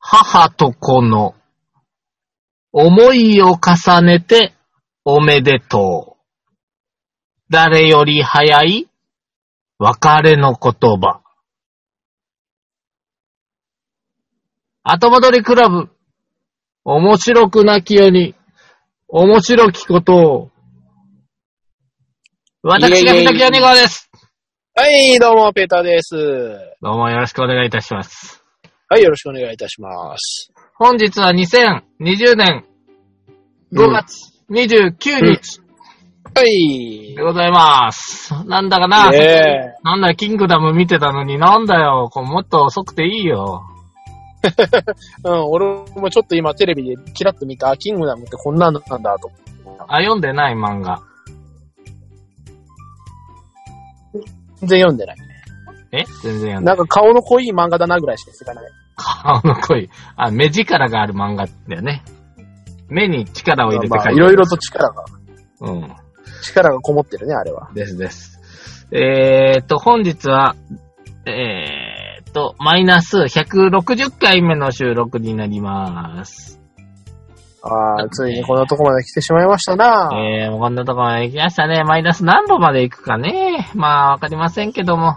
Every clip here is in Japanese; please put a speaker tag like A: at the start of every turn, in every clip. A: 母と子の思いを重ねておめでとう。誰より早い別れの言葉。後戻りクラブ。面白くなきように、面白きことを。私が三崎姉川です。
B: はい、どうも、ペーターです。
A: どうもよろしくお願いいたします。
B: はい、よろしくお願いいたします。
A: 本日は2020年5月29日
B: はい
A: で。ございます。なんだかな、
B: ねえ
A: なんだ、キングダム見てたのになんだよ、こうもっと遅くていいよ。
B: うん、俺もちょっと今テレビでキラッと見た、あキングダムってこんなんなんだと。
A: あ、読んでない漫画。
B: 全然読んでない。
A: え全然読んで
B: な
A: ない
B: ん。か顔の濃い漫画だなぐらいしか知らない。
A: 顔の濃い。あ、目力がある漫画だよね。目に力を入れて
B: まあ
A: 書いて
B: まあ
A: る。
B: いろいろと力が、
A: うん。
B: 力がこもってるね、あれは。
A: ですです。えーっと、本日は、えーっと、マイナス160回目の収録になります。
B: ああ、ついにこんなとこまで来てしまいましたな。
A: えー、もうこんなところまで行きましたね。マイナス何度まで行くかね。まあ、わかりませんけども。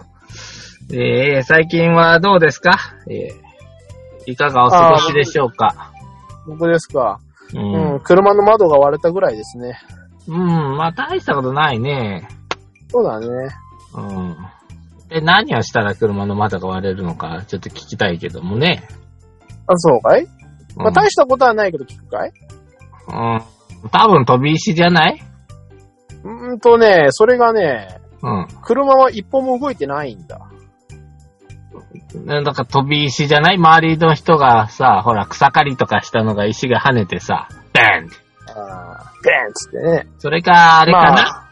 A: えー、最近はどうですかえー、いかがお過ごしでしょうか
B: 僕ですか。
A: う。
B: うんん、車の窓が割れたぐらいですね。
A: うん、まあ、大したことないね。
B: そうだね。
A: うん。で、何をしたら車の窓が割れるのか、ちょっと聞きたいけどもね。
B: あ、そうかいま
A: う
B: あ
A: ん
B: 大したことはないけど聞くかい
A: うん。多分飛び石じゃないう
B: ーんとね、それがね、
A: うん。
B: 車は一歩も動いてないんだ。
A: なんだか飛び石じゃない周りの人がさ、ほら草刈りとかしたのが石が跳ねてさ、ベンって
B: あーベーンっつってね。
A: それか、あ
B: あ
A: れかな、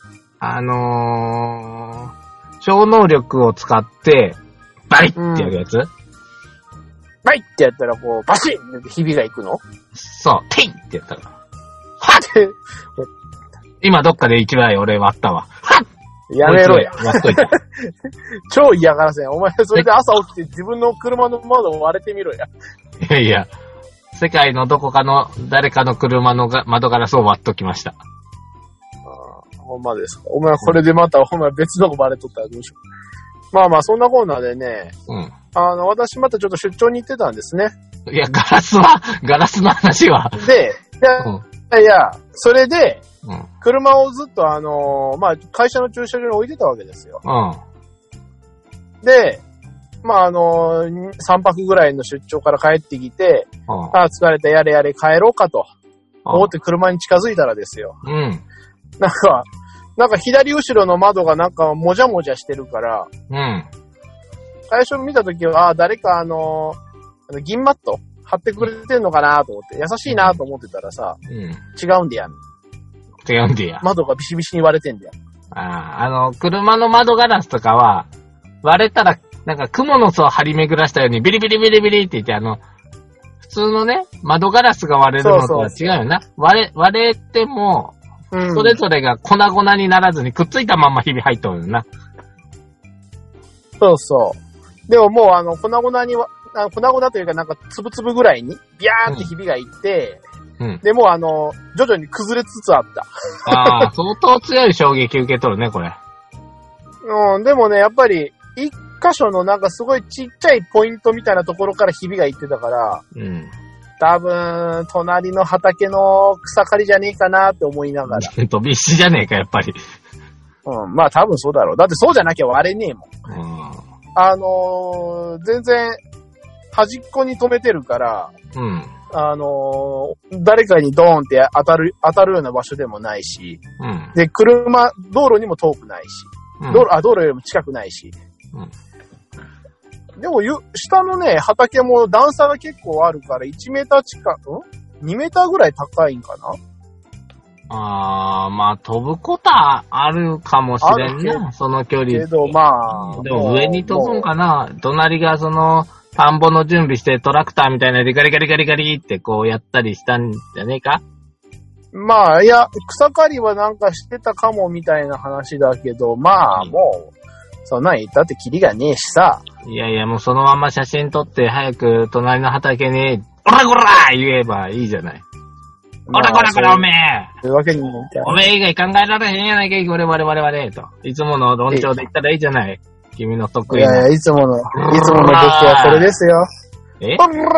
B: まあ、ん
A: あ、のー、超能力を使って、バリッってやるやつ、
B: バイってやったら、こう、バシッってひびがいくの
A: そう、テイってやったら。
B: はっ
A: 今どっかで一枚俺割ったわ。
B: やめろ
A: もう
B: や
A: 一。枚割っといた。
B: 超嫌がらせや。お前、それで朝起きて自分の車の窓を割れてみろや。
A: いやいや、世界のどこかの誰かの車のが窓ガラスを割っときました。
B: あーほんまですか。お前、これでまた、ほんま別の子バレとったらどうしよう。まあまあ、そんなコーナーでね、
A: うん。
B: あの、私またちょっと出張に行ってたんですね。
A: いや、ガラスは、 ガラスの話は。
B: で、いや
A: うん。
B: いや、それで、
A: うん。うん。
B: 車をずっとあのーまあ、会社の駐車場に置いてたわけですよ。で、まあ、あのー、3泊ぐらいの出張から帰ってきて、
A: うん
B: ああ、疲れた、やれやれ帰ろうかと思って車に近づいたらですよ。
A: うん。
B: なんか、なんか左後ろの窓がなんかもじゃもじゃしてるから、
A: うん。
B: 最初見たときは、ああ、誰かあのーあの銀マット貼ってくれてんのかなと思って、優しいなと思ってたらさ、
A: うん。
B: 違うんでやん。
A: 違うんでや。
B: 窓がビシビシに割れてんだよ。
A: あーあの、車の窓ガラスとかは、割れたら、なんか雲の巣を張り巡らしたようにビリビリビリビリって言って、あの、普通のね、窓ガラスが割れるのとは違うよな。割れ、割れても、
B: うん
A: それぞれが粉々にならずにくっついたまんま日々入っとるよな。
B: そうそう。でももうあの、粉々にわ、あ粉々というかなんか粒々ぐらいに、ビャーってひびがいって、
A: うん。
B: で、もうあの、徐々に崩れつつあった。
A: ああ、 相当強い衝撃受け取るね、これ。
B: うん、でもね、やっぱり、一箇所のなんかすごいちっちゃいポイントみたいなところからひびがいってたから、
A: うん。
B: 多分、隣の畑の草刈りじゃねえかなって思いながら。
A: 飛び石じゃねえか、やっぱり。
B: うん、まあ多分そうだろう。だってそうじゃなきゃ割れねえもん。あのー全然、端っこに止めてるから、
A: うん。うん。
B: あのー誰かにドーンって当たる、当たるような場所でもないし、
A: うん。
B: で、車、道路にも遠くないし、
A: うん
B: 道路、あ、道路よりも近くないし。でもゆ、下のね、畑も段差が結構あるから、1メーター近く、ん ?2 メーターぐらい高いんかな
A: ああ、まあ、飛ぶことはあるかもしれん
B: ある
A: な、その距離。
B: けど、まあ。
A: でも上に飛ぶん
B: も
A: かな隣がその、田んぼの準備してトラクターみたいなやつでガリガリガリガリってこうやったりしたんじゃねえか
B: うまあ、いや、草刈りはなんかしてたかもみたいな話だけど、まあ、
A: うん
B: もう、そんなん言ったってキリがねえしさ。
A: いやいや、もうそのまま写真撮って、早く隣の畑に、オラゴラ言えばいいじゃない。オラゴラゴラおめえ
B: というわけにもいか
A: お
B: ない。
A: めえ以外考えられへんやないかい、我々我々と。いつもの論調で言ったらいいじゃない。君の得
B: い
A: 意
B: やい
A: な。
B: や、いつもの、いつもの僕はこれですよ。
A: え
B: ほら、こ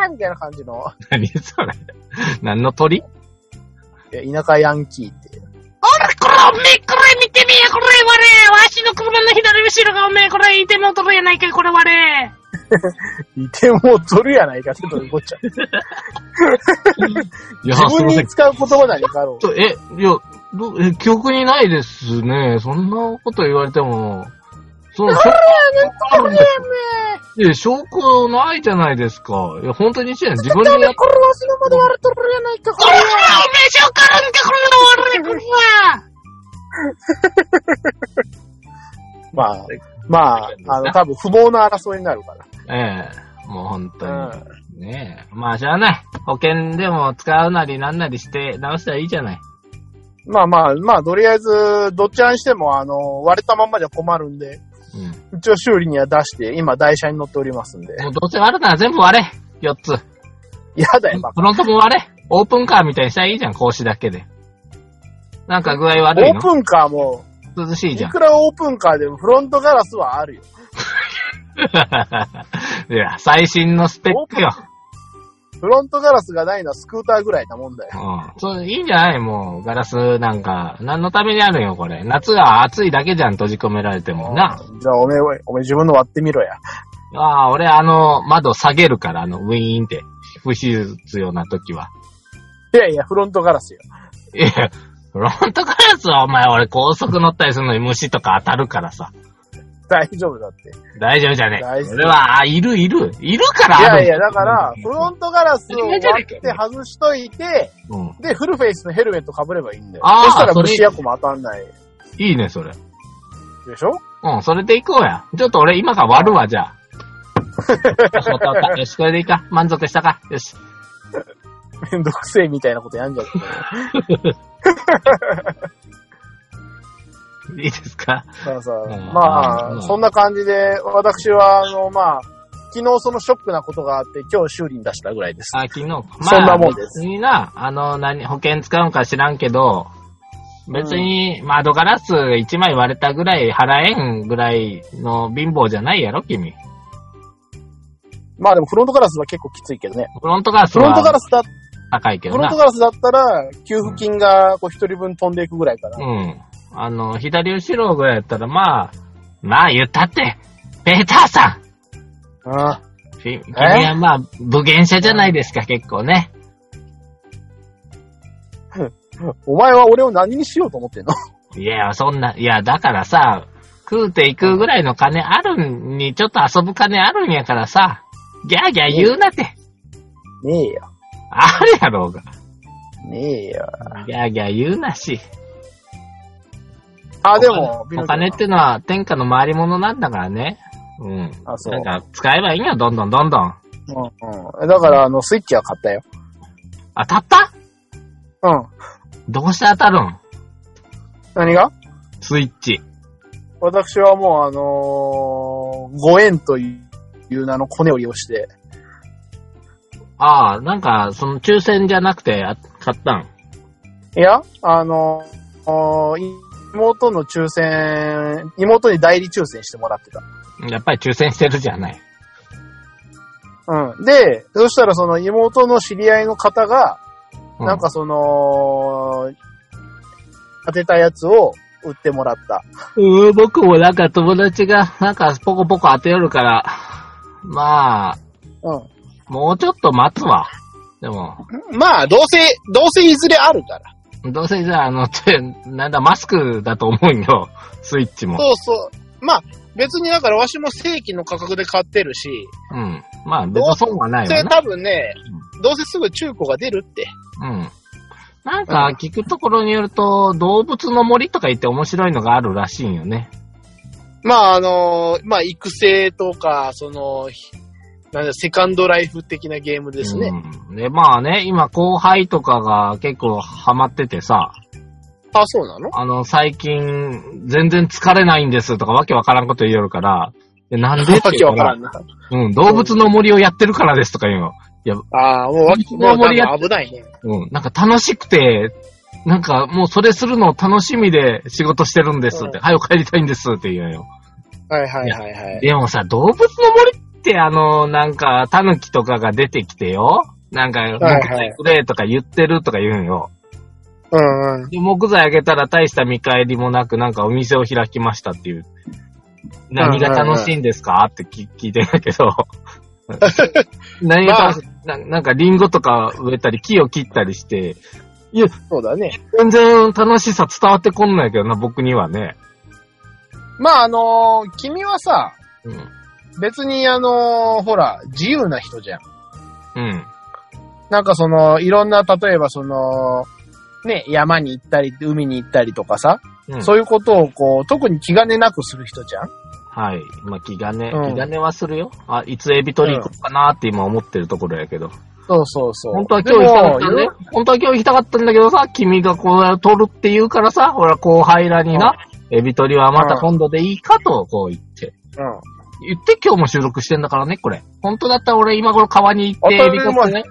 B: らーみたいな感じの、
A: 何それ何の鳥
B: いや田舎ヤンキーっていう。
A: おらこらおめえこれ見てみやこれ我わしの車の左後ろがおめえこれいてもとるやないかいこれ我
B: いても取るやないかってとこっちゃう。
A: いや、
B: 自
A: すいませ
B: 分
A: ん
B: に。使う言葉だね、かろう
A: ち。ょえ、いや、どえ記憶にないですね。そんなこと言われても。その、証拠あるんですいや、証拠ないじゃないですか。いや、本当に一年自分でやっ
B: これわしの窓割れとるやないか、これ
A: 証拠あるんか、これの悪いこ
B: まあ、まあ、あの、多分不毛な争いになるから。
A: ええ、もう本当に。
B: うん
A: ねえ。まあ、しゃあない。保険でも使うなりなんなりして直したらいいじゃない。
B: まあまあ、まあ、とりあえず、どっちらにしても、あの、割れたまんまじゃ困るんで、
A: うん。
B: 一応修理には出して、今、台車に乗っておりますんで。
A: もうどうせ割るなら全部割れ。四つ。
B: やだよ、バ
A: フロントも割れ。オープンカーみたいにしたらいいじゃん、格子だけで。なんか具合悪
B: カ。
A: い
B: オープンカーも、
A: の涼しい
B: い
A: じゃん。
B: くらオープンカーでもフロントガラスはあるよ。
A: いや、最新のスペックよ。
B: フロントガラスがないのはスクーターぐらいなもんだよ。
A: うん。そう、いいんじゃないもう、ガラスなんか、何のためにあるんよ、これ。夏が暑いだけじゃん、閉じ込められても。な。
B: じゃあ、おめえ、おいおめえ自分の割ってみろや。
A: ああ、俺、あの、窓下げるから、あの、ウィーンって、不必要な時は。
B: いやいや、フロントガラスよ。
A: いや、フロントガラスはお前、俺、高速乗ったりするのに虫とか当たるからさ。
B: 大丈夫だって。
A: 大丈夫じゃね
B: 大
A: え。
B: 丈夫
A: 俺は、あ、いるいる。いるからあ
B: いや
A: る
B: いや、だから、フロントガラスを割って外しといて、
A: うん。
B: で、フルフェイスのヘルメット被ればいいんだよ。
A: あー
B: そしたら虫やこも当たんない
A: いいね、それ。
B: でしょ
A: うん、それで行こうや。ちょっと俺今から割るわ、じゃ あ。よかったよし、これでいいか。満足したか。よし。
B: めんどくせえみたいなことやんじゃって。
A: いいですか
B: だからさ、
A: ん
B: ま
A: う
B: あ、
A: ん
B: そんな感じで、私は、あの、まあ、昨日そのショックなことがあって、今日修理に出したぐらいです。
A: あ、昨日。まあ、
B: そんなもんです
A: 別にな、あの、何、保険使うんか知らんけど、別に窓ガラス1枚割れたぐらい払えんぐらいの貧乏じゃないやろ、君。
B: まあでもフロントガラスは結構きついけどね。
A: フロントガラス
B: フロントガ
A: は
B: ラスだ、
A: 高いけ
B: フ
A: ど
B: ロン
A: な
B: ト。ガラスだったら、給付金がこう一人分飛んでいくぐらいかな。
A: うん。あの、左後ろぐらいやったら、まあ、まあ言ったって、ペーターさん
B: ああ
A: 君君はまあ、無限者じゃないですか、結構ね。
B: お前は俺を何にしようと思ってんの
A: いや、そんな、いや、だからさ、食うていくぐらいの金あるんに、ちょっと遊ぶ金あるんやからさ、ギャーギャー言うなって。
B: ねえよ。
A: あるやろうが。
B: ねえよ。
A: ギャーギャー言うなし。
B: あ、でも、
A: お金ってのは天下の回り物なんだからね。うん。
B: あそう
A: なんか、使えばいいんよ、どんどんどんどん。
B: うんうん。だから、あの、スイッチは買ったよ。
A: 当たった
B: うん。
A: どうして当たるん
B: 何が
A: スイッチ。
B: 私はもう、あのー、ご縁という名のコネを利用して、
A: ああ、なんか、その抽選じゃなくて、あ買ったん。
B: いや、あのー、おー妹の抽選、妹に代理抽選してもらってた。
A: やっぱり抽選してるじゃない。
B: うん。で、そしたらその妹の知り合いの方が、
A: う
B: なんかその、当てたやつを売ってもらった。
A: うー僕もなんか友達が、なんかポコポコ当てよるから、まあ、
B: う
A: もうちょっと待つわ。でも、
B: ん。まあ、どうせ、どうせいずれあるから。
A: どうせじゃあ、あの、てなんだ、マスクだと思うんよ。スイッチも。
B: そうそう。まあ、別にだからわしも正規の価格で買ってるし、
A: うん。まあ、別に損はない
B: それ
A: わな。
B: 多分ね、どうせすぐ中古が出るって。
A: うん。なんか、聞くところによると、動物の森とか言って面白いのがあるらしいんよね。
B: まあ、あのーまあ、育成とか、その、ひなんだ、セカンドライフ的なゲームですね。
A: うん。で、まあね、今、後輩とかが結構ハマっててさ、
B: あ、そうなの
A: あの、最近、全然疲れないんですとか、わけわからんこと言いよるから、でなんでって
B: わけ
A: 言
B: わ
A: う
B: から
A: ら、
B: んな。
A: うん、動物の森をやってるからですとか言うの。
B: ああ、もうわけ、もう多分危ないね。
A: うん、なんか楽しくて、なんかもうそれするの楽しみで仕事してるんですって、
B: う
A: 早く帰りたいんですって言うのよ。
B: はいはいはいはい。
A: でもさ、動物の森ってあの、なんか、タヌキとかが出てきてよ。なんか、木
B: はい
A: 材くれとか言ってるとか言うんよ。
B: うんうん。
A: で木材あげたら大した見返りもなく、なんかお店を開きましたっていう。何が楽しいんですかって聞 聞いてんだけ ど。何が楽しいななんかリンゴとか植えたり、木を切ったりして、
B: そうだね。
A: 全然楽しさ伝わってこんないけどな、僕にはね。
B: まああのー君はさ、
A: うん。
B: 別にあのーほら、自由な人じゃん。
A: うん。
B: なんかその、いろんな、例えばその、ね、山に行ったり、海に行ったりとかさ、
A: うん、
B: そういうことをこう、特に気兼ねなくする人じゃん
A: はい。まあ、気兼ね、
B: う
A: 気
B: ん
A: 兼ねはするよ。あ、いつエビ取り行こうかなって今思ってるところやけど。
B: そうそうそう。
A: 本当は今日行きたかった
B: で
A: ね
B: も。
A: 本当は今日行きたかったんだけどさ、君がこう取るって言うからさ、ほら後輩らにな、エビ取りはまた今度でいいかと、こう言って。
B: うん。
A: 言って今日も収録してんだからね、これ。本当だったら俺今頃川に行って、エビ取ってね。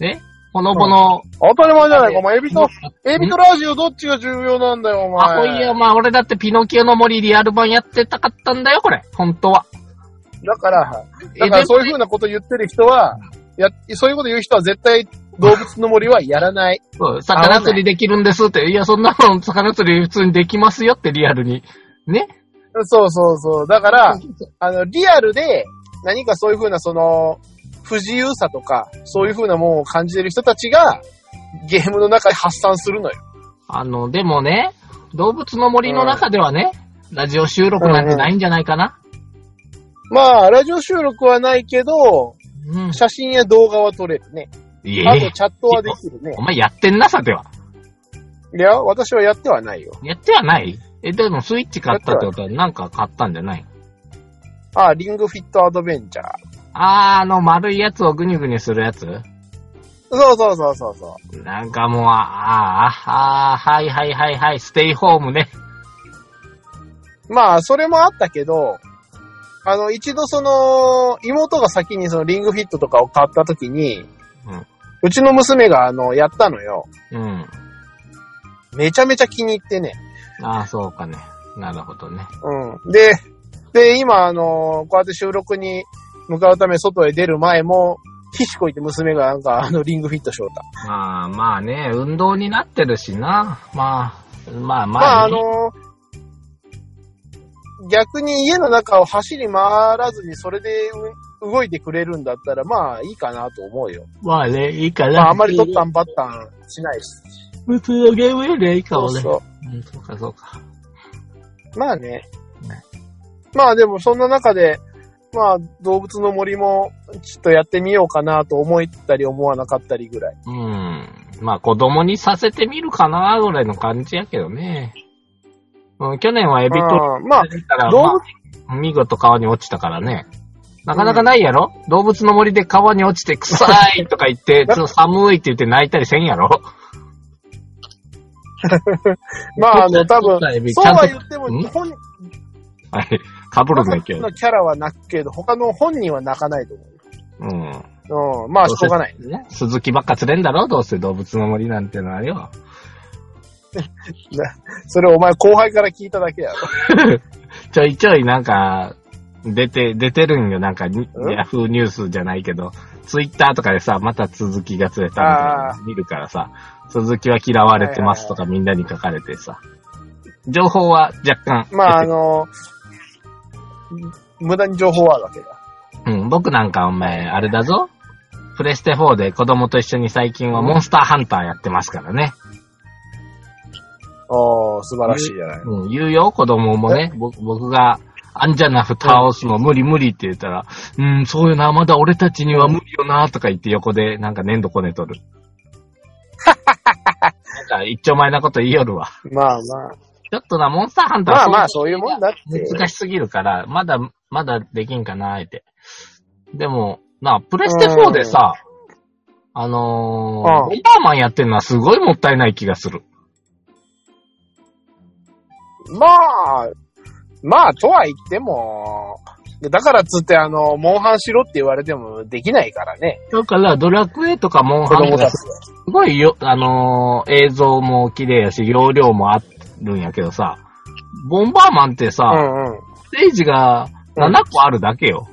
A: ねほのぼの、
B: 当たり前じゃないか、お前、エビと、
A: あ
B: エビとラジオどっちが重要なんだよ、お前。
A: ほいや、まあ俺だってピノキオの森リアル版やってたかったんだよ、これ。本当は。
B: だから、だからそういう風なこと言ってる人は、や、そういうこと言う人は絶対動物の森はやらない。
A: そう魚釣りできるんですって。いや、そんなの魚釣り普通にできますよって、リアルに。ね。
B: そうそうそう。だから、あの、リアルで何かそういう風なその、不自由さとか、そういう風なものを感じてる人たちが、ゲームの中で発散するのよ。
A: あの、でもね、動物の森の中ではね、ラジオ収録なんてないんじゃないかな。
B: まあ、ラジオ収録はないけど、
A: うん。
B: 写真や動画は撮れるね。
A: いえ
B: あと、チャットはできるね
A: お。前やってんな、さては。
B: いや、私はやってはないよ。
A: やってはないえ、でもスイッチ買ったってことはなんか買ったんじゃない
B: あ、リングフィットアドベンチャー。
A: あー、あの丸いやつをグニュグニュするやつ
B: そうそうそうそうそう。
A: なんかもう、あーあー、あーはいはいはいはい、ステイホームね。
B: まあ、それもあったけど、あの、一度その、妹が先にそのリングフィットとかを買った時に、うんちの娘があの、やったのよ。
A: うん。
B: めちゃめちゃ気に入ってね。
A: ああ、そうかね。なるほどね。
B: うん。で、で、今あの、こうやって収録に向かうため外へ出る前も、ひしこいて娘がなんかあの、リングフィットしようた。
A: まあまあね、運動になってるしな。まあ、まあまあ、
B: まあ、あの、逆に家の中を走り回らずにそれでう動いてくれるんだったら、まあいいかなと思うよ。
A: まあね、いいかな。
B: まあ、あまり取ったんばったんしないし。
A: 普通のゲームよりはいいかもね。
B: そ
A: う
B: う
A: ん、そうかそうか。
B: そう。まあね。まあでも、そんな中で、まあ、動物の森も、ちょっとやってみようかなと思ったり思わなかったりぐらい。
A: うん。まあ子供にさせてみるかな、ぐらいの感じやけどね。うん、去年はエビと
B: うんまあ、
A: たら、
B: 動物
A: まあ、見事川に落ちたからね。なかなかないやろ、動物の森で川に落ちて臭いとか言って、ちょっと寒いって言って泣いたりせんやろ
B: まあ、あの、多分
A: ちょっとエ、ビ
B: そうは言っても
A: ちゃんとうん、
B: 本人
A: はい。かぶるね、今日。
B: のキャラは泣くけど、他の本人は泣かないと思
A: うん。
B: う。うん、まあ、しょうがない。
A: ね。鈴木ばっか釣れんだろどうせ動物の森なんてのはよ。
B: それお前後輩から聞いただけやろ。
A: ちょいちょいなんか、出て、出てるんよ。なんかに、
B: うん
A: ヤフーニュースじゃないけど、ツイッターとかでさ、また続きが釣れたみたいなの見るからさ、続きは嫌われてますとかみんなに書かれてさ、情報は若干、
B: ま あ、あの、無駄に情報はあるわけだ。
A: うん、僕なんかお前、あれだぞ。プレステ4で子供と一緒に最近はモンスターハンターやってますからね。
B: おー、素晴らしいじゃない。
A: うん、言うよ、子供もね。ぼ僕が、アンジャナフ倒すの無理無理って言ったら、うん、そうよな、まだ俺たちには無理よな、とか言って横でなんか粘土こね とる。なんか一丁前なこと言いよるわ。
B: まあまあ。
A: ちょっとな、モンスターハンター
B: まあ
A: は
B: まあ、そういうもんだって。
A: 難しすぎるから、まだ、まだできんかな、って。でも、な、プレステ4でさ、あのー、
B: うん
A: ボンバーマンやってるのはすごいもったいない気がする。
B: まあ、まあ、とは言っても、でだからっつって、あの、モンハンしろって言われてもできないからね。
A: だから、ドラクエとかモン
B: 子
A: ハン
B: 供
A: と
B: た
A: か
B: ち
A: すごいよ、あのー映像も綺麗やし、容量もあるんやけどさ、ボンバーマンってさ、
B: は。うんうん。
A: ステージが7個あるだけよ。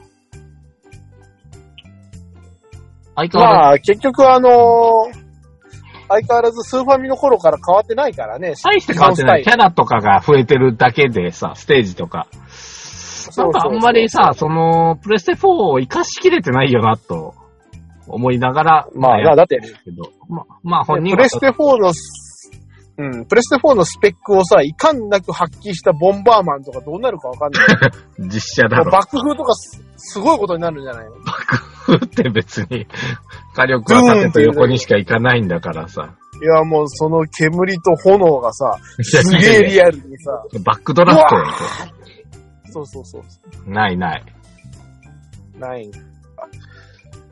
A: 相変わらず、
B: まあ、結局あの相変わらずスーファミの頃から変わってないからね。
A: 大して変わってない。キ
B: 基
A: ャラとかが増えてるだけでさ、ステージとか。な
B: 本
A: ん
B: ス
A: か
B: タイ
A: あ
B: ル
A: んまりさ、、その、プレステ4を活かしきれてないよな、と思いながら、
B: まあ
A: や
B: なだって
A: るけど、まあ、まあ
B: そうそう
A: 本人
B: プレステ4の、うん、プレステ4のスペックをさ、いかんなく発揮したボンバーマンとかどうなるかわかんない。
A: 実写だろ。バ
B: 爆風とかすすごいことになるんじゃないの
A: ックって別に、火力は縦と横にしかいかないんだからさ。
B: いや、もうその煙と炎がさ、すげえリアルにさ、
A: バックドラフトやんけ
B: そうそうそう。
A: ないない。
B: ない。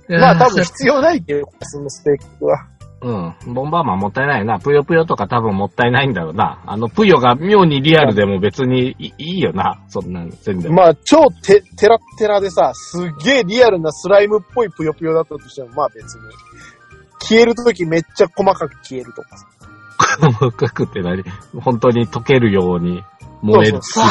B: まあ多分必要ないけど、そのスペックは。
A: うん。ボンバーマンもったいないな。ぷよぷよとか多分もったいないんだろうな。あの、ぷよが妙にリアルでも別にいいいよな。そんなの全然。
B: まあ超て、テラッテラでさ、すげえリアルなスライムっぽいぷよぷよだったとしても、まあ別に。消えるときめっちゃ細かく消えるとかさ。
A: 細かくて何本当に溶けるように燃える。
B: そう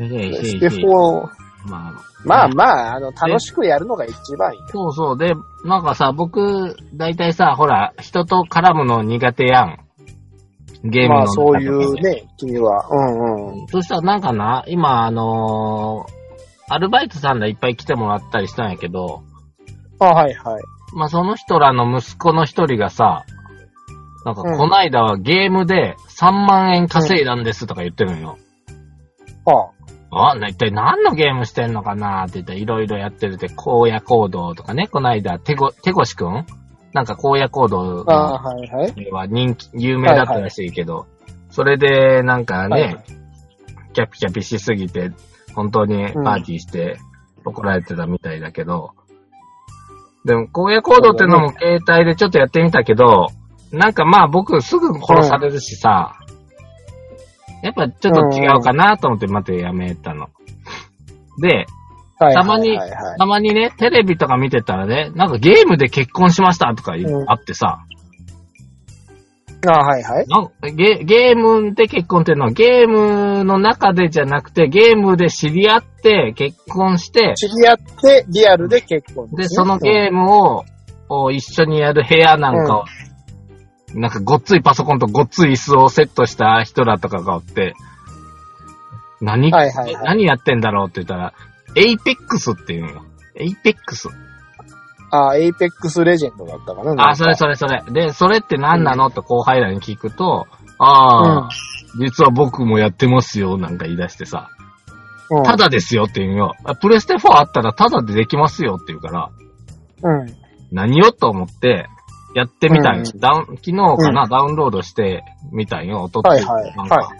A: へい
B: そう
A: へい
B: で、
A: へい
B: こう
A: まあ
B: まあまあ、あの、楽しくやるのが一番いいよ。
A: そうそう。で、なんかさ、僕、だいたいさ、ほら、人と絡むの苦手やん。ゲーム
B: ま
A: の
B: あ
A: 中と
B: そ
A: か
B: う
A: で
B: いうね、君は。うんうん。
A: そしたらなんかな、今、あのーアルバイトさんがいっぱい来てもらったりしたんやけど、
B: あ、はいはい。
A: まあ、その人らの息子の一人がさ、なんか、
B: うん
A: こないだはゲームで3万円稼いだんですとか言ってるのよ。
B: は
A: あ、な一体何のゲームしてんのかなって言ったらいろいろやってるって、荒野行動とかね、こないだ、手ご、手越くんなんか荒野行動
B: あ、ああ、はいはい。
A: は人気、有名だったらしいけど、それで、なんかね、
B: はいはい
A: キャピキャピしすぎて、本当にパーティーして怒られてたみたいだけど、でも、荒野行動ってのも携帯でちょっとやってみたけど、なんかまあ僕すぐ殺されるしさ、やっぱちょっと違うかなと思ってまたやめたの。で、
B: はいはいはいはい
A: たまにたまにね、テレビとか見てたらね、なんかゲームで結婚しましたとか言う
B: うん
A: あってさ、
B: ああ、はいはい。
A: なんゲゲームで結婚っていうのはゲームの中でじゃなくてゲームで知り合って結婚して、
B: 知り合って、リアルで結婚
A: で、
B: すね
A: そのゲームをお一緒にやる部屋なんかを、なんかごっついパソコンとごっつい椅子をセットした人らとかがおって、何、
B: はいはいはい
A: 何やってんだろうって言ったら、エイペックスっていうのよ。エイペックス。
B: ああ、エイペックスレジェンドだったかな。なんか
A: あ、それそれそれ。で、それって何なのと後輩らに聞くと、ああ、実は僕もやってますよ、なんか言い出してさ。
B: うん
A: ただですよって言うよ。あプレステ4あったらただでできますよって言うから、
B: うん。
A: 何よと思って、やってみたんよ、
B: うん
A: ダウン昨日かな、ダウンロードしてみたんよ、おと
B: はいはい
A: なんか
B: はは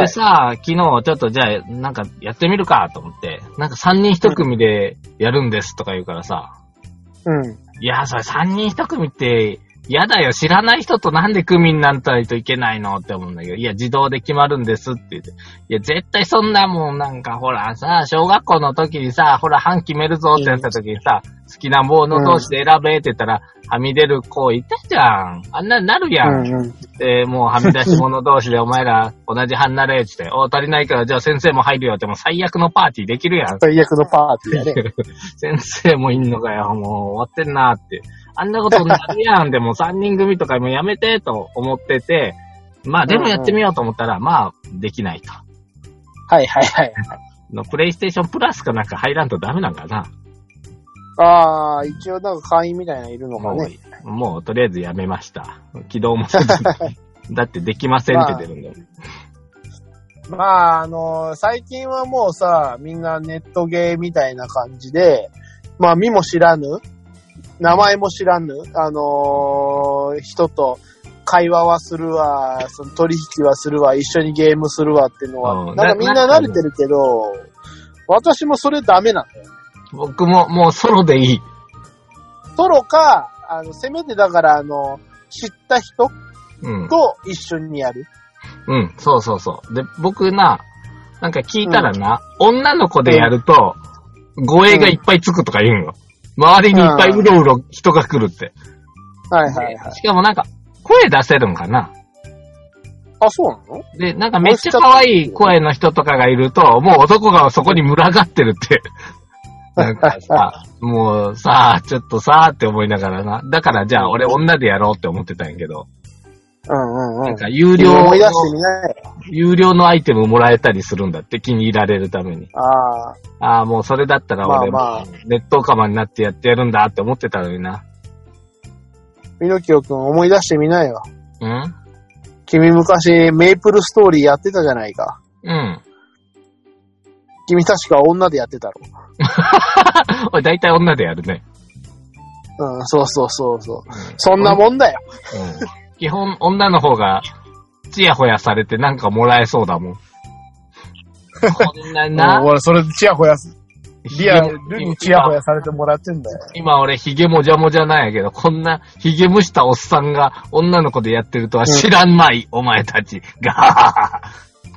A: で
B: い。
A: さ、昨日ちょっとじゃあ、なんかやってみるかと思って、なんか3人1組でやるんですとか言うからさ、
B: うん。
A: いや、それ3人1組って、嫌だよ、知らない人となんで組にならないといけないのって思うんだけど、いや、自動で決まるんですって言って。いや、絶対そんなもんなんか、ほらさ、小学校の時にさ、ほら、班決めるぞってなった時にさ、好きなもの同士で選べって言ったら、はみ出る子いたじゃん。あんなになるやん。
B: うんうん。
A: で、もうはみ出し者同士でお前ら同じ班になれって言って、お、足りないから、じゃあ先生も入るよって、もう最悪のパーティーできるやん。
B: 最悪のパーティー やね。
A: 先生もいんのかよ、もう終わってんなって。あんなことになるやん、でも3人組とかもやめてと思ってて、まあでもやってみようと思ったら、まあできないと。
B: はいはいはい。
A: のプレイステーションプラスかなんか入らんとダメなんかな。
B: ああ、一応なんか会員みたいなのいるのかね。
A: もう、もうとりあえずやめました。起動もせず だってできませんって出るんだよ。
B: まあ、あのー最近はもうさ、みんなネットゲーみたいな感じで、まあ、見も知らぬ、名前も知らぬ、あのー人と会話はするわ、その取引はするわ、一緒にゲームするわっていうの
A: う
B: は、
A: ん
B: なんかみんな
A: な
B: 慣れてるけど、私もそれダメなんだよ。
A: 僕ももうソロでいい。
B: ソロか、あの、せめてだから、あの、知った人
A: うん。
B: と一緒にやる。
A: うん、そうそうそう。で、僕な、なんか聞いたらな、女の子でやると、護衛がいっぱいつくとか言うんよ。周りにいっぱいうろうろ人が来るって。
B: はいはいはい。
A: しかもなんか、声出せるんかな
B: あ、そうなの
A: で、なんかめっちゃ可愛い声の人とかがいると、もう男がそこに群がってる って。なんかさ、もうさあ、ちょっとさあって思いながらな。だからじゃあ俺女でやろうって思ってたんやけど、
B: うんうんう
A: なん
B: ん。
A: か有料の
B: 思い出してみない。
A: 有料のアイテムもらえたりするんだって気に入られるために。
B: ああ、
A: ああ、もうそれだったら俺
B: まあまあ
A: もネットオカマになってやってやるんだって思ってたのにな。
B: ミノキオくん思い出してみないよ。
A: うん
B: 君昔、メイプルストーリーやってたじゃないか。
A: うん。
B: 君確か女でやってたろ。
A: 俺大体女でやるね。
B: うん、そうそうそうそう。
A: うん
B: そんなもんだよ。
A: うん基本、女の方が、ちやほやされてなんかもらえそうだもん。こんな
B: うん
A: な、
B: 俺、それ、チヤホヤす、リア
A: ひげ
B: ルにチヤホヤされてもらってんだよ。
A: 今俺ヒゲもじゃもじゃなんやけど、こんなヒゲむしたおっさんが女の子でやってるとは知らんまい、お前たち。ガハハハ。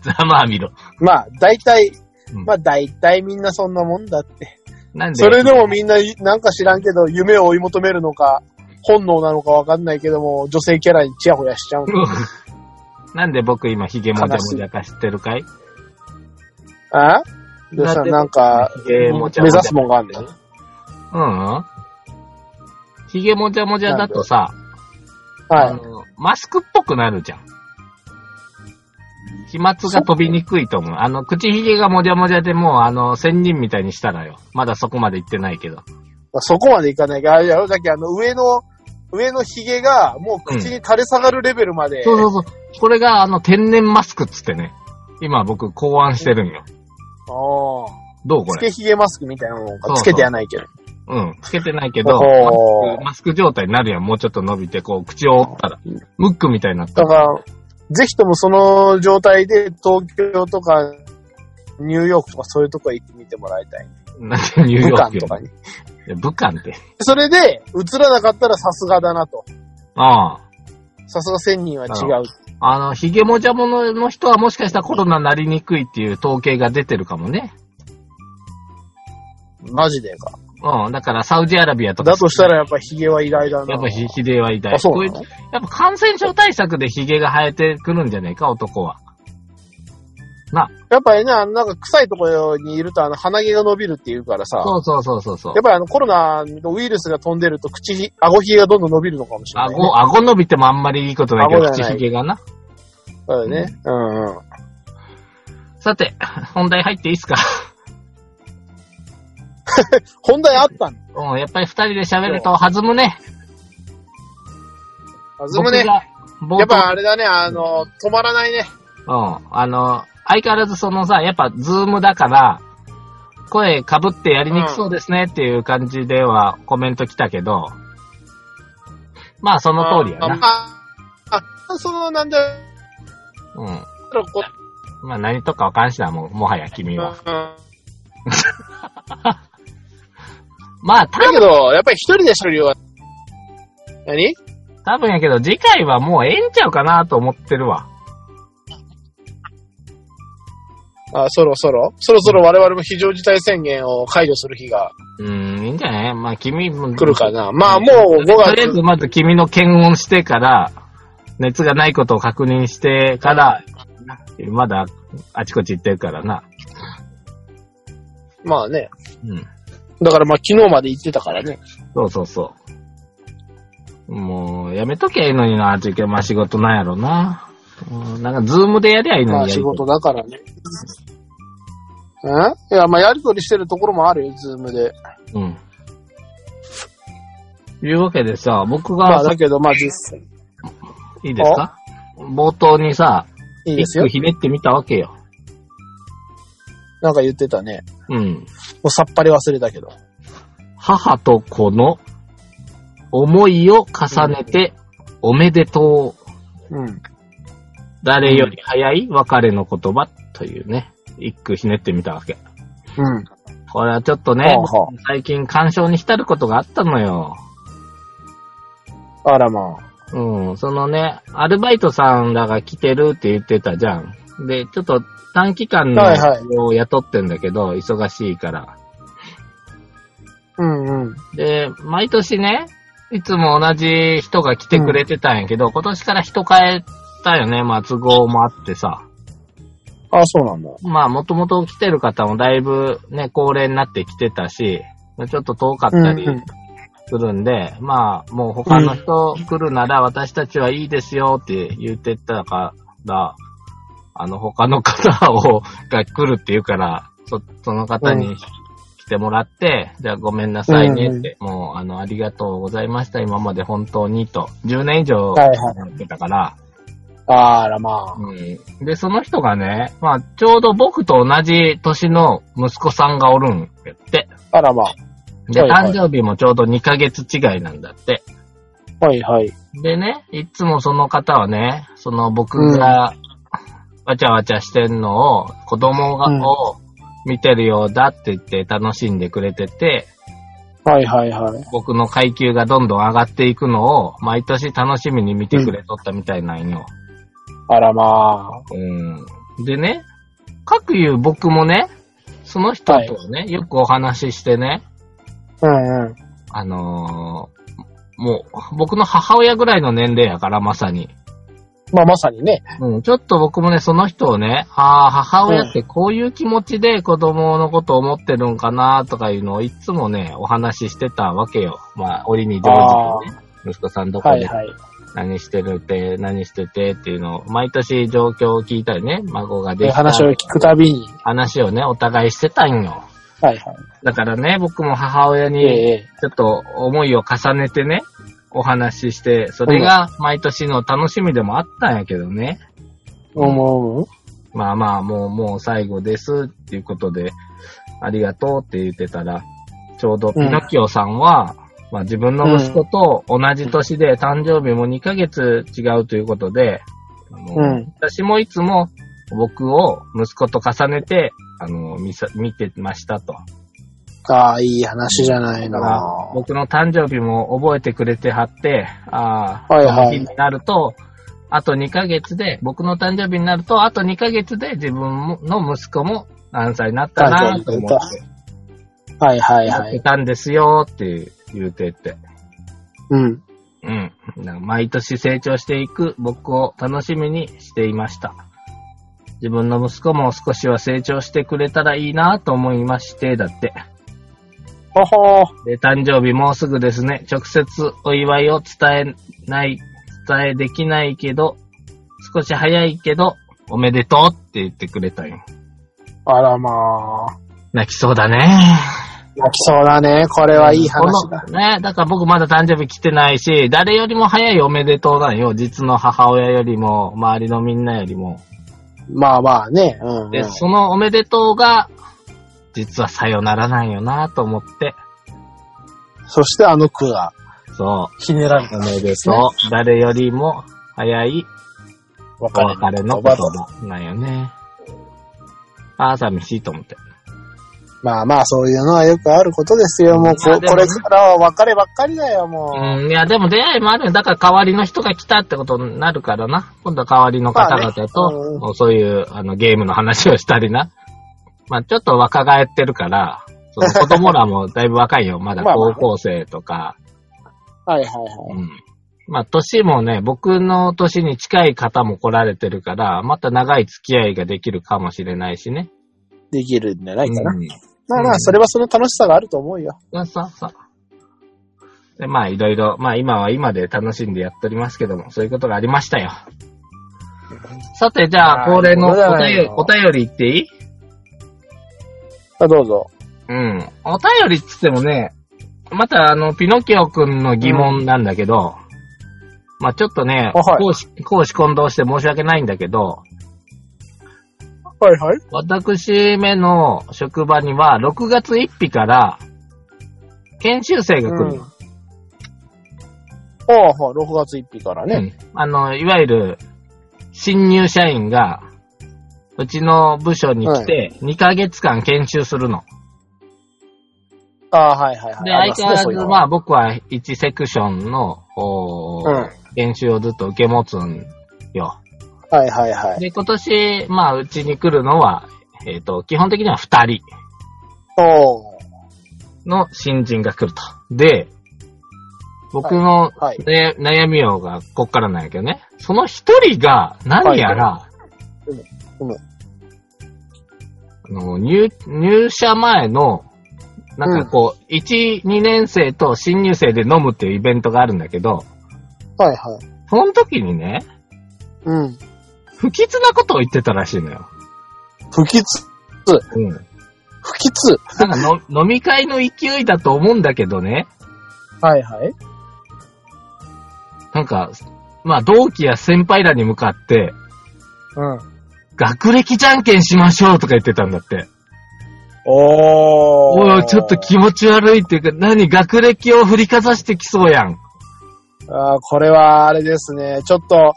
A: ざまあみろ。
B: まあ、大体
A: うん、
B: まあ、大体みんなそんなもんだって。
A: なんで、
B: それでもみんな、なんか知らんけど、夢を追い求めるのか、本能なのかわかんないけども、女性キャラにチヤホヤしちゃう。
A: なんで僕今ヒゲもじゃもじゃ化してるかい
B: あどうしたなんか、
A: ヒ
B: 目
A: ゲもじゃも
B: 指
A: じゃ
B: すもんがあるんだよ。
A: うんうん。ヒゲもじゃもじゃだとさ、あ
B: はい。
A: の、マスクっぽくなるじゃん。飛沫が飛びにくいと思う。あの、口ひげがもじゃもじゃでもう、あの、仙人みたいにしたらよ。まだそこまで行ってないけど。
B: まあそこまでいかないけど、あれだよだっけあの、上の、上のヒゲが、もう口に垂れ下がるレベルまで。
A: そうそうそう。これが、あの、天然マスクっつってね。今僕考案してるんよ。
B: ああ
A: どうこ
B: つけ
A: れ
B: ひげマスクみたいなもん
A: そうそ
B: か。
A: う
B: つけてやないけど。
A: うん。つけてないけど、マ
B: おー
A: スクマスク状態になるやん。もうちょっと伸びて、こう、口を折ったら。ムックみたいになった
B: だ
A: ら。
B: から、ぜひともその状態で東京とかニューヨークとかそういうとこへ行ってみてもらいたい。
A: なんでニューヨ
B: 武
A: ー
B: 漢
A: ク
B: とかに。
A: に。武漢って。
B: それで、映らなかったらさすがだなと。
A: ああ。
B: さすが千人は違う。
A: あの、ヒゲもじゃものの人はもしかしたらコロナになりにくいっていう統計が出てるかもね。
B: マジでか。
A: うん。だからサウジアラビアとか。
B: だとしたらやっぱヒゲは偉大だな。
A: やっぱひヒゲは偉大。
B: あ、そうな
A: こ
B: の
A: ういうやっぱ感染症対策でヒゲが生えてくるんじゃねえか、男は。
B: やっぱりね、あのなんか臭いところにいるとあの鼻毛が伸びるっていうからさ。
A: そうそうそうそうそう
B: や。っぱりあのコロナのウイルスが飛んでると口ひ、顎ひげがどんどん伸びるのかもしれない、ね。
A: 顎、顎伸びてもあんまりいいことないけど、
B: 顎じ
A: 口
B: ゃない
A: ヒゲがな。
B: そうだよね。うんうん。
A: さて、本題入っていいっすか
B: 本題あったの
A: うん、やっぱり二人で喋ると弾むね。
B: あずむね。
A: 僕が冒頭
B: やっぱあれだね、あの、止まらないね。
A: うん。あの、相変わらずそのさ、やっぱズームだから、声被ってやりにくそうですねっていう感じではコメント来たけど、まあその通りや
B: あ
A: な。
B: あ、あ、その、なんだ
A: う
B: ろう、こ
A: ん。まあ何とかわかんしな、もう、もはや君は。
B: うん
A: まあ多
B: だ
A: 分、
B: けど、やっぱり一人で喋るよりは。何
A: 多分やけど次回はもうええんちゃうかなと思ってるわ。
B: あ、そろそろそろそろ我々も非常事態宣言を解除する日が
A: うん、いいんじゃないまあ君も。
B: 来るかな。まあもう5
A: とりあえ
B: 月
A: ず。まず君の検温してから、熱がないことを確認してから、まだあちこち行ってるからな。
B: まあね。
A: うん。
B: だからまあ昨日まで行ってたからね。
A: そうそうそう。もう、やめときゃいいのにな、っていうけど、まあ仕事なんやろな。うん、なんか、ズームでやりゃいいのに
B: まあ仕事だからね。うんいや、まあやりとりしてるところもあるよ、ズームで。
A: うん。いうわけでさ、僕
B: ま
A: が
B: あ、だけど、まあ実際。
A: いいですか冒頭にさ、
B: いいです
A: 一
B: よ
A: 句。ひねってみたわけよ。
B: なんか言ってたね。
A: うん。
B: もうさっぱり忘れたけど。
A: 母と子の思いを重ねて、おめでとう。
B: うん。
A: 誰より早い別れの言葉というね、一句ひねってみたわけ。
B: うん。
A: これはちょっとね
B: ほうほ、
A: 最近干渉に浸ることがあったのよ。
B: あらまあ。
A: うん、そのね、アルバイトさんらが来てるって言ってたじゃん。で、ちょっと短期間の
B: はいはい
A: 人を雇ってんだけど、忙しいから。
B: うんうん。
A: で、毎年ね、いつも同じ人が来てくれてたんやけど、今年から人変えたよね。まあ、都合もあってさ。
B: あ、そうなんだ。
A: まあ、もともと来てる方もだいぶね、高齢になってきてたし、ちょっと遠かったり
B: うんうん
A: するんで、まあ、もう他の人来るなら私たちはいいですよって言ってたから、あの、他の方を、が来るって言うから、そその方
B: う
A: に来てもらって、じゃあごめんなさいねって、もう、あの、ありがとうございました、今まで本当にと、10年以上
B: はい
A: や
B: はい
A: ってたから、
B: あらま
A: うんで、その人がね、まあ、ちょうど僕と同じ年の息子さんがおるんやって、
B: あ。あらまあ。
A: で、
B: はいはい
A: 誕生日もちょうど2ヶ月違いなんだって。
B: はいはい。
A: でね、いつもその方はね、その僕がわちゃわちゃしてんのを、子供が、
B: うん
A: を見てるようだって言って楽しんでくれてて、
B: はいはいはい。
A: 僕の階級がどんどん上がっていくのを、毎年楽しみに見てくれとったみたいなんよ。
B: あらま
A: うん。でね、各言う僕もね、その人とはね、よくお話ししてね、
B: あ。うんうん。
A: あのーもう、僕の母親ぐらいの年齢やから、まさに。
B: まあまさにね。
A: うん、ちょっと僕もね、その人をね、ああ、母親ってこういう気持ちで子供のことを思ってるんかなとかいうのをいつもね、お話ししてたわけよ。まあ、折に上手にね、息子さんどこ
B: はい
A: で
B: はい。
A: 何してるって、何しててっていうのを、毎年状況を聞いたりね、孫ができ
B: で、
A: た
B: 話を聞くたびに。
A: 話をね、お互いしてたんよ。
B: はいはい。
A: だからね、僕も母親
B: え
A: に
B: ええ
A: ちょっと思いを重ねてね、お話しして、それが毎年の楽しみでもあったんやけどね。
B: え。思う
A: まあまあ、もう、もう最後ですっていうことで、ありがとうって言ってたら、ちょうどピノキオさんは、まあ自分の息子と同じ年で誕生日も2ヶ月違うということで、あの
B: うん
A: 私もいつも僕を息子と重ねて、あの、見さ見てましたと。
B: ああ、いい話じゃない
A: だ
B: の。
A: から、僕の誕生日も覚えてくれてはって、ああ、
B: はいはい
A: この日になると、あと2ヶ月で、僕の誕生日になると、あと2ヶ月で自分の息子も何歳になったなと思って、
B: はいはい
A: やっ
B: は
A: て
B: い。
A: たんですよって言うてって。
B: うん。
A: うん。なんか毎年成長していく僕を楽しみにしていました。自分の息子も少しは成長してくれたらいいなと思いまして、だって。
B: ほほー。
A: で、誕生日もうすぐですね。直接お祝いを伝えない、伝えできないけど、少し早いけど、おめでとうって言ってくれたんよ。
B: あらまあ。
A: 泣きそうだね。
B: 泣きそうだね。これはいい話だ
A: こ。のね、だから僕まだ誕生日来てないし、誰よりも早いおめでとうなんよ。実の母親よりも、周りのみんなよりも。
B: まあまあね。うん、うん。
A: で、そのおめでとうが、実はさよならなんよなと思って、
B: そしてあの句が
A: そ
B: ひねられ
A: う、
B: た
A: お
B: ね。
A: めでとう。誰よりも早い
B: わ
A: お別れの言葉なんよね。ああ、寂しいと思って。
B: まあまあ、そういうのはよくあることですよ。もう
A: まあ
B: こ、
A: でも
B: これからは別ればっかりだよ、も
A: うん、いや、でも出会いもあるよ。だから代わりの人が来たってことになるからな。今度は代わりの方々
B: まあ
A: と、
B: ねうん
A: もうそういうあのゲームの話をしたりな。まあ、ちょっと若返ってるから、その子供らもだいぶ若 いよ。まだ
B: まあまあ
A: 高
B: ね
A: 校生とか。
B: う。はいはいはい。
A: うん。まあ、年もね、僕の年に近い方も来られてるから、また長い付き合いができるかもしれないしね。
B: できるんじゃないかな。
A: うん
B: まあま
A: う
B: あ、
A: ん
B: それはその楽しさがあると思うよ。
A: そうそうそう。で、まあ、いろいろ、まあ、今は今で楽しんでやっておりますけども、そういうことがありましたよ。さて、じゃあ、
B: あー
A: 恒例のお
B: いいことだ
A: 便り、
B: よ
A: お便り言っていい
B: あどうぞ。
A: うん。お便りっつってもね、また、あの、ピノキオくんの疑問なんだけど、まあ、ちょっとね、
B: あはい
A: 講師、講師混同して申し訳ないんだけど、
B: はいはい。
A: 私めの職場には、6月1日から、研修生が来る。
B: うん。ああ、はい6月1日からね。
A: うんあの、いわゆる、新入社員が、うちの部署に来て、2ヶ月間研修するの。
B: ああ、はいはいはい。
A: で、
B: あり
A: 相変わ
B: ますね
A: ら
B: そういう
A: ず、
B: の
A: ま
B: は
A: あ僕は1セクションの、おー
B: うん。
A: 研修をずっと受け持つんよ。
B: はいはいはい。
A: で、今年、まあ、うちに来るのは、えっ、と、基本的には二人
B: おー
A: の新人が来ると。で、僕の
B: はい。
A: ね悩みようがこっからなんやけどね。その一人が、何やら、
B: いはいうんうん
A: あの入、入社前の、なんかこう、1、2年生と新入生で飲むっていうイベントがあるんだけど、
B: はいはい。
A: その時にね、
B: うん。
A: 不吉なことを言ってたらしいのよ。
B: 不吉。
A: うん。
B: 不吉。
A: なんかの飲み会の勢いだと思うんだけどね、
B: はいはい。
A: なんか、まあ同期や先輩らに向かって、
B: うん。
A: 学歴じゃんけんしましょうとか言ってたんだって。
B: おー。
A: おい、ちょっと気持ち悪いっていうか、何、学歴を振りかざしてきそうやん。
B: あーこれはあれですね。ちょっと、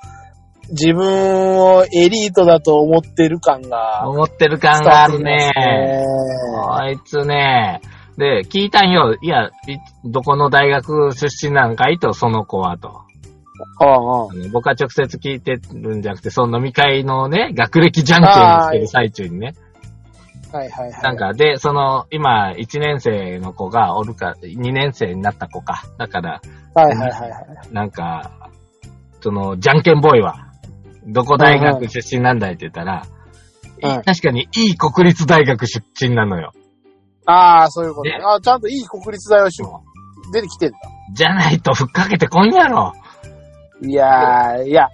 B: 自分をエリートだと思ってる感が。
A: 思ってる感
B: 伝
A: が
B: わ
A: あ
B: って
A: る
B: きます
A: ね。あいつね。で、聞いたんよ。いや、いどこの大学出身なんかいと、その子はと。
B: うんうん
A: あの僕は直接聞いてるんじゃなくて、その飲み会のね、学歴じゃんけんをしてる最中にね。
B: はいはいはい。
A: なんか、で、その、今、1年生の子がおるか、2年生になった子か。だから、
B: はいはいはいはい。
A: なんか、その、じゃんけんボーイは、どこ大学出身なんだいって言ったら、
B: はい
A: い確かにいい国立大学出身なのよ。
B: ああ、そういうことね
A: ね。
B: あーちゃんといい国立大をし出てきてんだ。
A: じゃないとふっかけてこんやろ。
B: いやー、いや、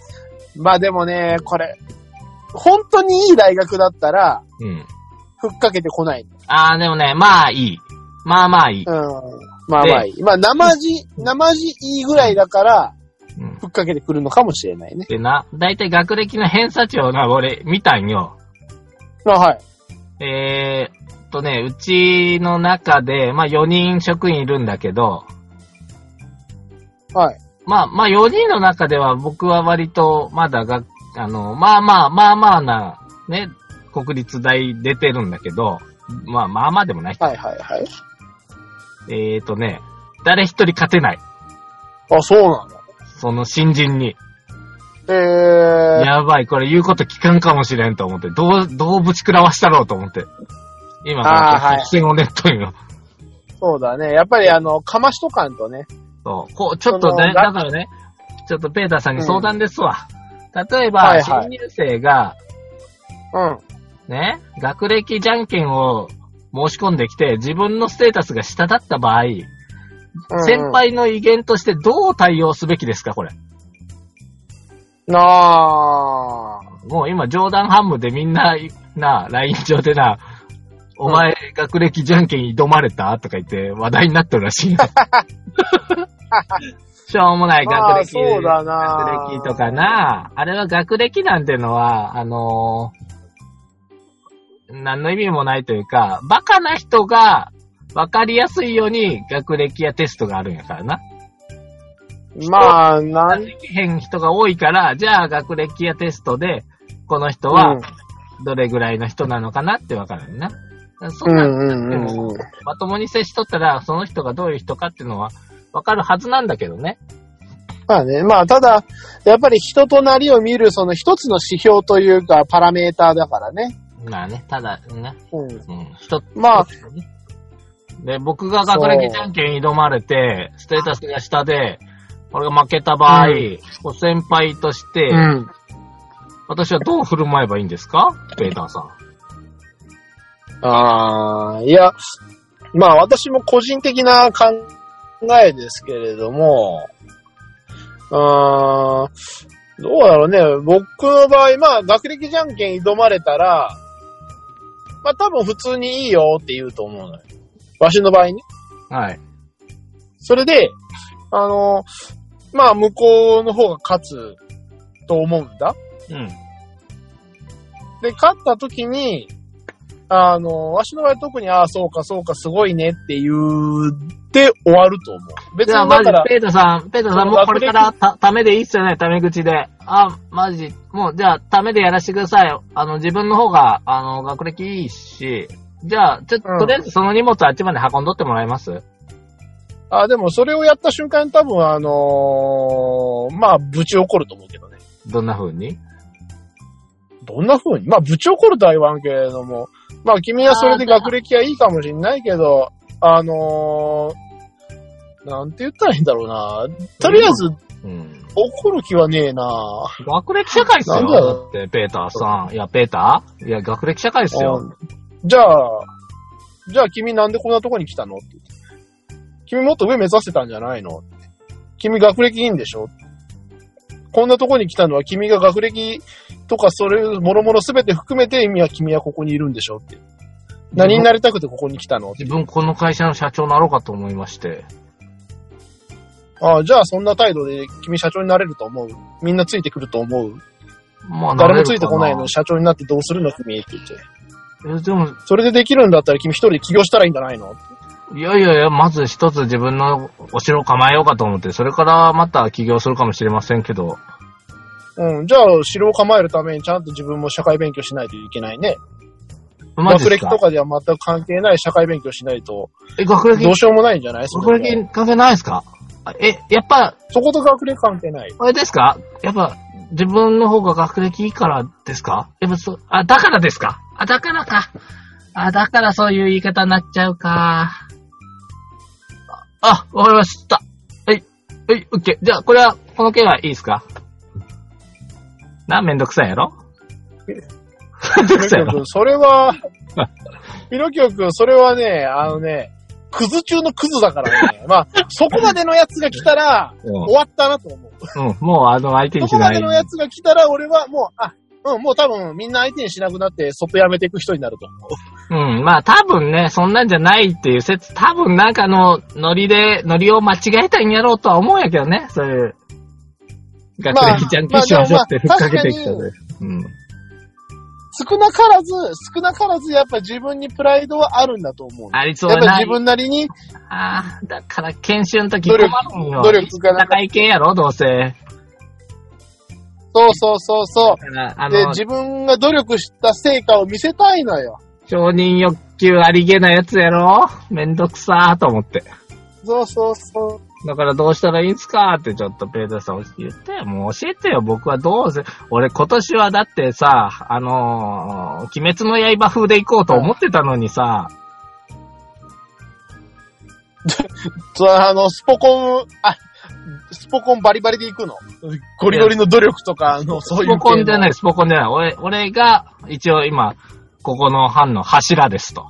B: まあでもね、これ、本当にいい大学だったら、
A: うん。
B: ふっかけてこない。
A: ああ、でもね、まあいい。まあまあいい。
B: うん。まあまあいい。まあ、生地、生地いいぐらいだから、
A: うん。
B: ふっかけてくるのかもしれないね。
A: でな、だいたい学歴の偏差値をな、俺、見たんよ。
B: あはい。
A: えーっとね、うちの中で、まあ4人職員いるんだけど、
B: はい。
A: まあまあ4人の中では僕は割とまだが、あの、まあまあまあまあな、ね、国立大出てるんだけど、まあまあまあでもない。
B: はいはいはい。
A: えーっとね、誰一人勝てない。
B: あ、そうなんだ。
A: その新人に。
B: え
A: やばい、これ言うこと聞かんかもしれんと思って、どう、どうぶち食らわしたろうと思って。今から
B: あーはい
A: 作戦を練っとんよ。
B: ー、そうだね。やっぱりあの、かましとかんとね。
A: そう。こう、ちょっと
B: そ
A: ね、
B: の
A: だからね、ちょっとペーターさんに相談ですわ。例えば、
B: はいはい
A: 新入生が、
B: うん。
A: ね、学歴じゃんけんを申し込んできて、自分のステータスが下だった場合、
B: うん
A: 先。輩の威厳としてどう対応すべきですか、これ。
B: なあ
A: もう今、冗談半分でみんな、な、LINE 上でな、お前、学歴じゃんけん挑まれたとか言って話題になってるら しいよ。しょうもない
B: ま
A: 学
B: あ
A: 歴。
B: そうだな
A: 学歴とかな。あれは学歴なんてのは、あのー何の意味もないというか、バカな人が分かりやすいように学歴やテストがあるんやからな。
B: まあ、なん、
A: できへん人が多いから、じゃあ学歴やテストで、この人
B: う
A: は
B: ん
A: どれぐらいの人なのかなってわかるよな。だからそ
B: うん
A: な、
B: んうんうん。
A: まともに接しとったら、その人がどういう人かっていうのはわかるはずなんだけどね。
B: まあね、まあただ、やっぱり人となりを見る、その一つの指標というか、パラメーターだからね。
A: まあね、ただね、
B: うん。
A: うん、人、
B: まあ、
A: で、僕が学歴じゃんけんに挑まれて、ステータスが下で、俺が負けた場合、
B: うん
A: こう先輩として、
B: うん。
A: 私はどう振る舞えばいいんですかペーターさん。
B: ああ、いや、まあ私も個人的な考えですけれども、うーん、どうだろうね。僕の場合、まあ学歴じゃんけん挑まれたら、まあ多分普通にいいよって言うと思うのよ。わしの場合ね。
A: はい。
B: それで、あの、まあ、向こうの方が勝つと思うんだ。
A: うん。
B: で、勝った時に、あの、わしの場合特に、ああ、そうか、そうか、すごいねって言って終わると思う。別
A: じゃあ、
B: に
A: マ
B: だ
A: ジ
B: から、
A: ペーターさん、ペーターさん、もうこれからた、ためでいいっすよね、ため口で。あ、マジ、もう、じゃあ、ためでやらせてください。あの、自分の方が、あの、学歴いいし、じゃあ、ちょっと、
B: うん
A: とりあえずその荷物あっちまで運んどってもらえます
B: あでもそれをやった瞬間に多分、あのーまあ、ぶち怒ると思うけどね。
A: どんな風に
B: どんな風にまあ、部長こるとは言わんけれども、まあ、君はそれで学歴はいいかもしんないけど、あのー、なんて言ったらいいんだろうな。とりあえず、
A: うん。
B: 怒る気はねえな。
A: 学歴社会っす
B: なん
A: よ。
B: だ
A: だ
B: よ
A: って、ペーターさん。いや、ペーターいや、学歴社会っすよ。
B: うんじゃあ、じゃあ君なんでこんなとこに来たのって言って君もっと上目指せたんじゃないのって君学歴いいんでしょこんなとこに来たのは君が学歴とかそれもろもろ全て含めて今君はここにいるんでしょって。何になりたくてここに来たのって
A: 自分この会社の社長になろうかと思いまして。
B: ああ、じゃあそんな態度で君社長になれると思う。みんなついてくると思う。
A: まあ、
B: 誰もついてこないの
A: 慣れ
B: に社長になってどうするの君って言って。
A: るかな。えでも、
B: それでできるんだったら君一人で起業したらいいんじゃないの
A: いやいやいや、まず一つ自分のお城を構えようかと思って、それからまた起業するかもしれませんけど、
B: うん、じゃあ、城を構えるためにちゃんと自分も社会勉強しないといけないね。
A: マジ
B: 学
A: です
B: 歴
A: か
B: とかでは全く関係ない社会勉強しないと、
A: え、学歴
B: どうしようもないんじゃないそ
A: 学
B: れで
A: 歴関係ないですかあえ、やっぱ、
B: そこと学歴関係 ない。
A: あれですかやっぱ、自分の方が学歴いいからですかやっぱそ、あ、だからですかあ、だからか。あ、だからそういう言い方になっちゃうか。あ、あわかりました。はい、はい、オッケー。じゃあ、これは、この件はいいですかな、めんどくさいやろめんど
B: ピ
A: く
B: ノ
A: さ
B: キ
A: いや
B: オ
A: ろ
B: 君、それは、 ピノキオ君、それはね、あのね、クズ中のクズだからね。ま あ、そこまでのやつが来たら、終わったなと思う。
A: うん、もうあの相手にし
B: そこ
A: な
B: ま
A: い
B: で。のやつが来たら、俺はもう、あ、うん、もう多分みんな相手にしなくなって、そっとやめていく人になると思う。
A: うん、まあ多分ね、そんなんじゃないっていう説、多分なんかあの、ノリで、ノリを間違えたんやろうとは思うんやけどね、そういう。学歴ジャンキッシュを背負ってふっかけてきた
B: まあまあでもまあ
A: で。うん。
B: 少なからず、少なからずやっぱ自分にプライドはあるんだと思う。
A: ありそう
B: や
A: や
B: っぱ
A: な
B: 自。分なりに
A: ああ、だから研修の時
B: 努
A: 困る
B: 力
A: んよ。
B: 努力がなんか
A: 高い系やろ、どうせ。だ
B: そうそうそうそ
A: から、あ
B: う。で、
A: の、
B: 自分が努力した成果を見せたいのよ。
A: 承認欲求ありげなやつやろめんどくさーと思って。
B: そうそうそう。
A: だからどうしたらいいんすかってちょっとペーターさん言ってよ。もう教えてよ。僕はどうせ、俺今年はだってさ、あのー鬼滅の刃風で行こうと思ってたのにさ、
B: そうあの、スポコン、あ、スポコンバリバリで行くの。ゴリゴリの努力とか、あの、そう
A: ス
B: いう系
A: ポ
B: の。
A: コンじゃない、スポコンじゃない。俺、俺が一応今、ここの班の柱ですと。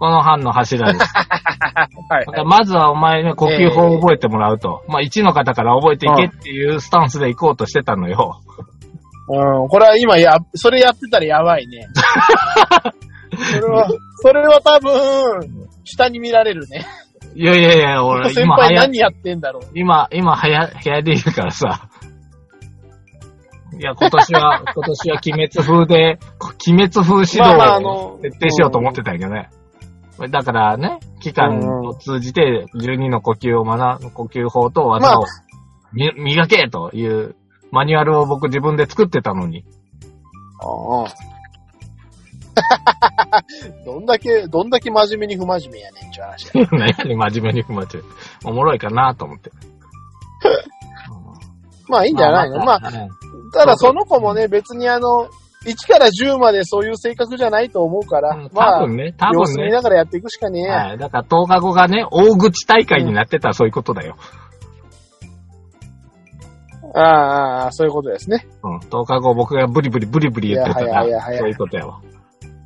A: この班の柱 です。
B: はい
A: だからまずはお前に呼吸法を覚えてもらうと。まあ、1の方から覚えていけっていうスタンスで行こうとしてたのよ。
B: うん、これは今や、それやってたらやばい ね。それは、それは多分、下に見られるね。
A: いやいやいや、俺
B: 先
A: 今
B: 輩
A: 流行っ
B: 何やってんだろう。
A: 今、今、はや、部屋でいるからさ。いや、今年 は、今年は鬼滅風で、鬼滅風指
B: まあまああ
A: 導を
B: の
A: 徹底しようと思ってたんやけどね。だからね、期間を通じて、12の呼吸を学ぶ、呼吸法と技を
B: ま
A: み、磨けというマニュアルを僕自分で作ってたのに。
B: ああ。 どんだけ、どんだけ真面目に不真面目やねんちゅう話だ。
A: 何やねん真面目に踏まれて。おもろいかなと思って。
B: ま あいいんじゃないのまあ、
A: あ、
B: ただその子もね、別にあの、1から10までそういう性格じゃないと思うから、
A: うん
B: ま
A: 多
B: あ、
A: 分ね、多
B: 様
A: 分
B: 子見
A: ね。
B: ながらやっていくしかねえや。
A: はい。だから10日後がね、大口大会になってたらそういうことだよ。
B: ああああ、そういうことですね。
A: うん。10日後僕がブリブリブリブリ言ってた
B: いや早い早
A: ら、
B: い
A: そういうことやわ。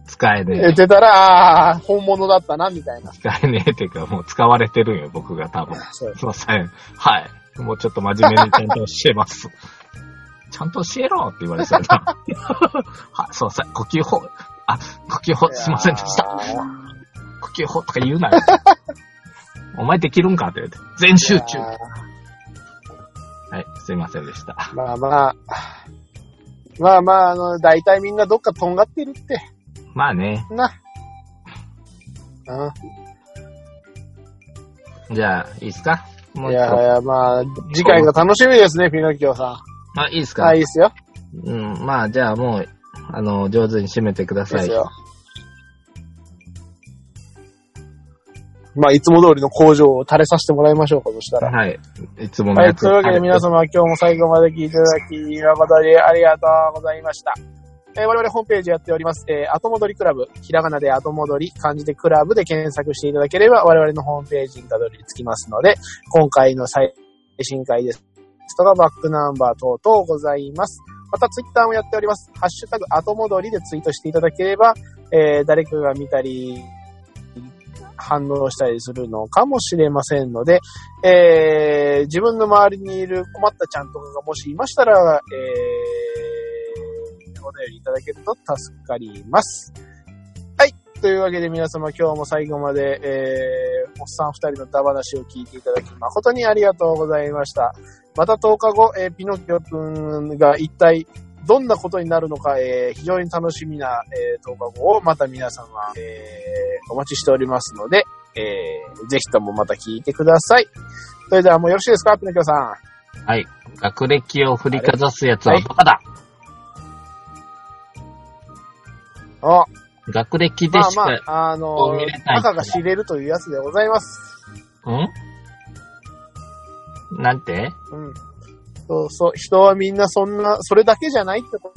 A: 使えね
B: 言ってたら、ああ、本物だったな、みたいな
A: え。。使えねえっていうか、もう使われてるんよ、僕が多分。
B: そう
A: すいません。はい。もうちょっと真面目にちゃんと教えます。ちゃんと教えろって言われてた な。はい、すいません。呼吸法、あ、呼吸法、すいませんでした。呼吸法とか言うな よ。お前できるんかって言われて。全集中。
B: いや
A: は
B: ー
A: い、すいませんでした。
B: まあまあ、まあまあ、あの、大体みんなどっかとんがってるって、
A: まあね。
B: な。うん。
A: じゃあ、いいですかもう
B: い
A: 一
B: やい
A: 個。
B: や、まあ、次回が楽しみですね、ピノキオさ
A: あ、いいです
B: ん。
A: か
B: はい、いいっすよ。
A: うん、まあ、じゃあもう、あの、上手に締めてくだ
B: いい
A: さ
B: っ
A: い
B: す。よ。まあ、いつも通りの工場を垂れさせてもらいましょうか、そしたら。
A: はい。いつもの
B: は
A: や
B: い、
A: つ。
B: というわけで皆様今日も最後まで聞いていただき、誠にありがとうございました。えー我々ホームページやっております、えー後戻りクラブ、ひらがなで後戻り、漢字でクラブで検索していただければ、我々のホームページにたどり着きますので、今回の最新回ですとか、バックナンバー等々ございます。またツイッターもやっております。ハッシュタグ後戻りでツイートしていただければ、えー誰かが見たり、反応したりするのかもしれませんので、えー自分の周りにいる困ったちゃんとかがもしいましたら、えーお便りいただけると助かります。はい。というわけで皆様今日も最後まで、えーおっさん二人のダ話を聞いていただき誠にありがとうございました。また10日後、えーピノキオくんが一体どんなことになるのか、えー非常に楽しみな、えー10日後をまた皆様、えーお待ちしておりますので、えーぜひともまた聞いてください。それではもうよろしいですか、ピノキオさん。
A: はい。学歴を振りかざすやつはバカだ。
B: あ、
A: 学歴で
B: まあ
A: し
B: ま
A: か、
B: あ、あの
A: こう見れない、
B: 赤が知れるというやつでございます。
A: んなんて
B: うん。そうそう、人はみんなそんな、それだけじゃないってこ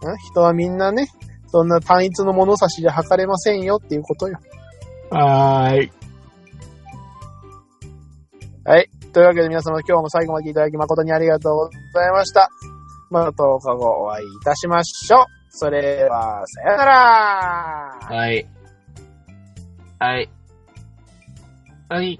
B: と。ん人はみんなね、そんな単一の物差しで測れませんよっていうことよ。
A: はーい。
B: はい。というわけで皆様今日も最後までいただき誠にありがとうございました。また10日後お会いいたしましょう。それは、さよなら
A: はい。はい。はい。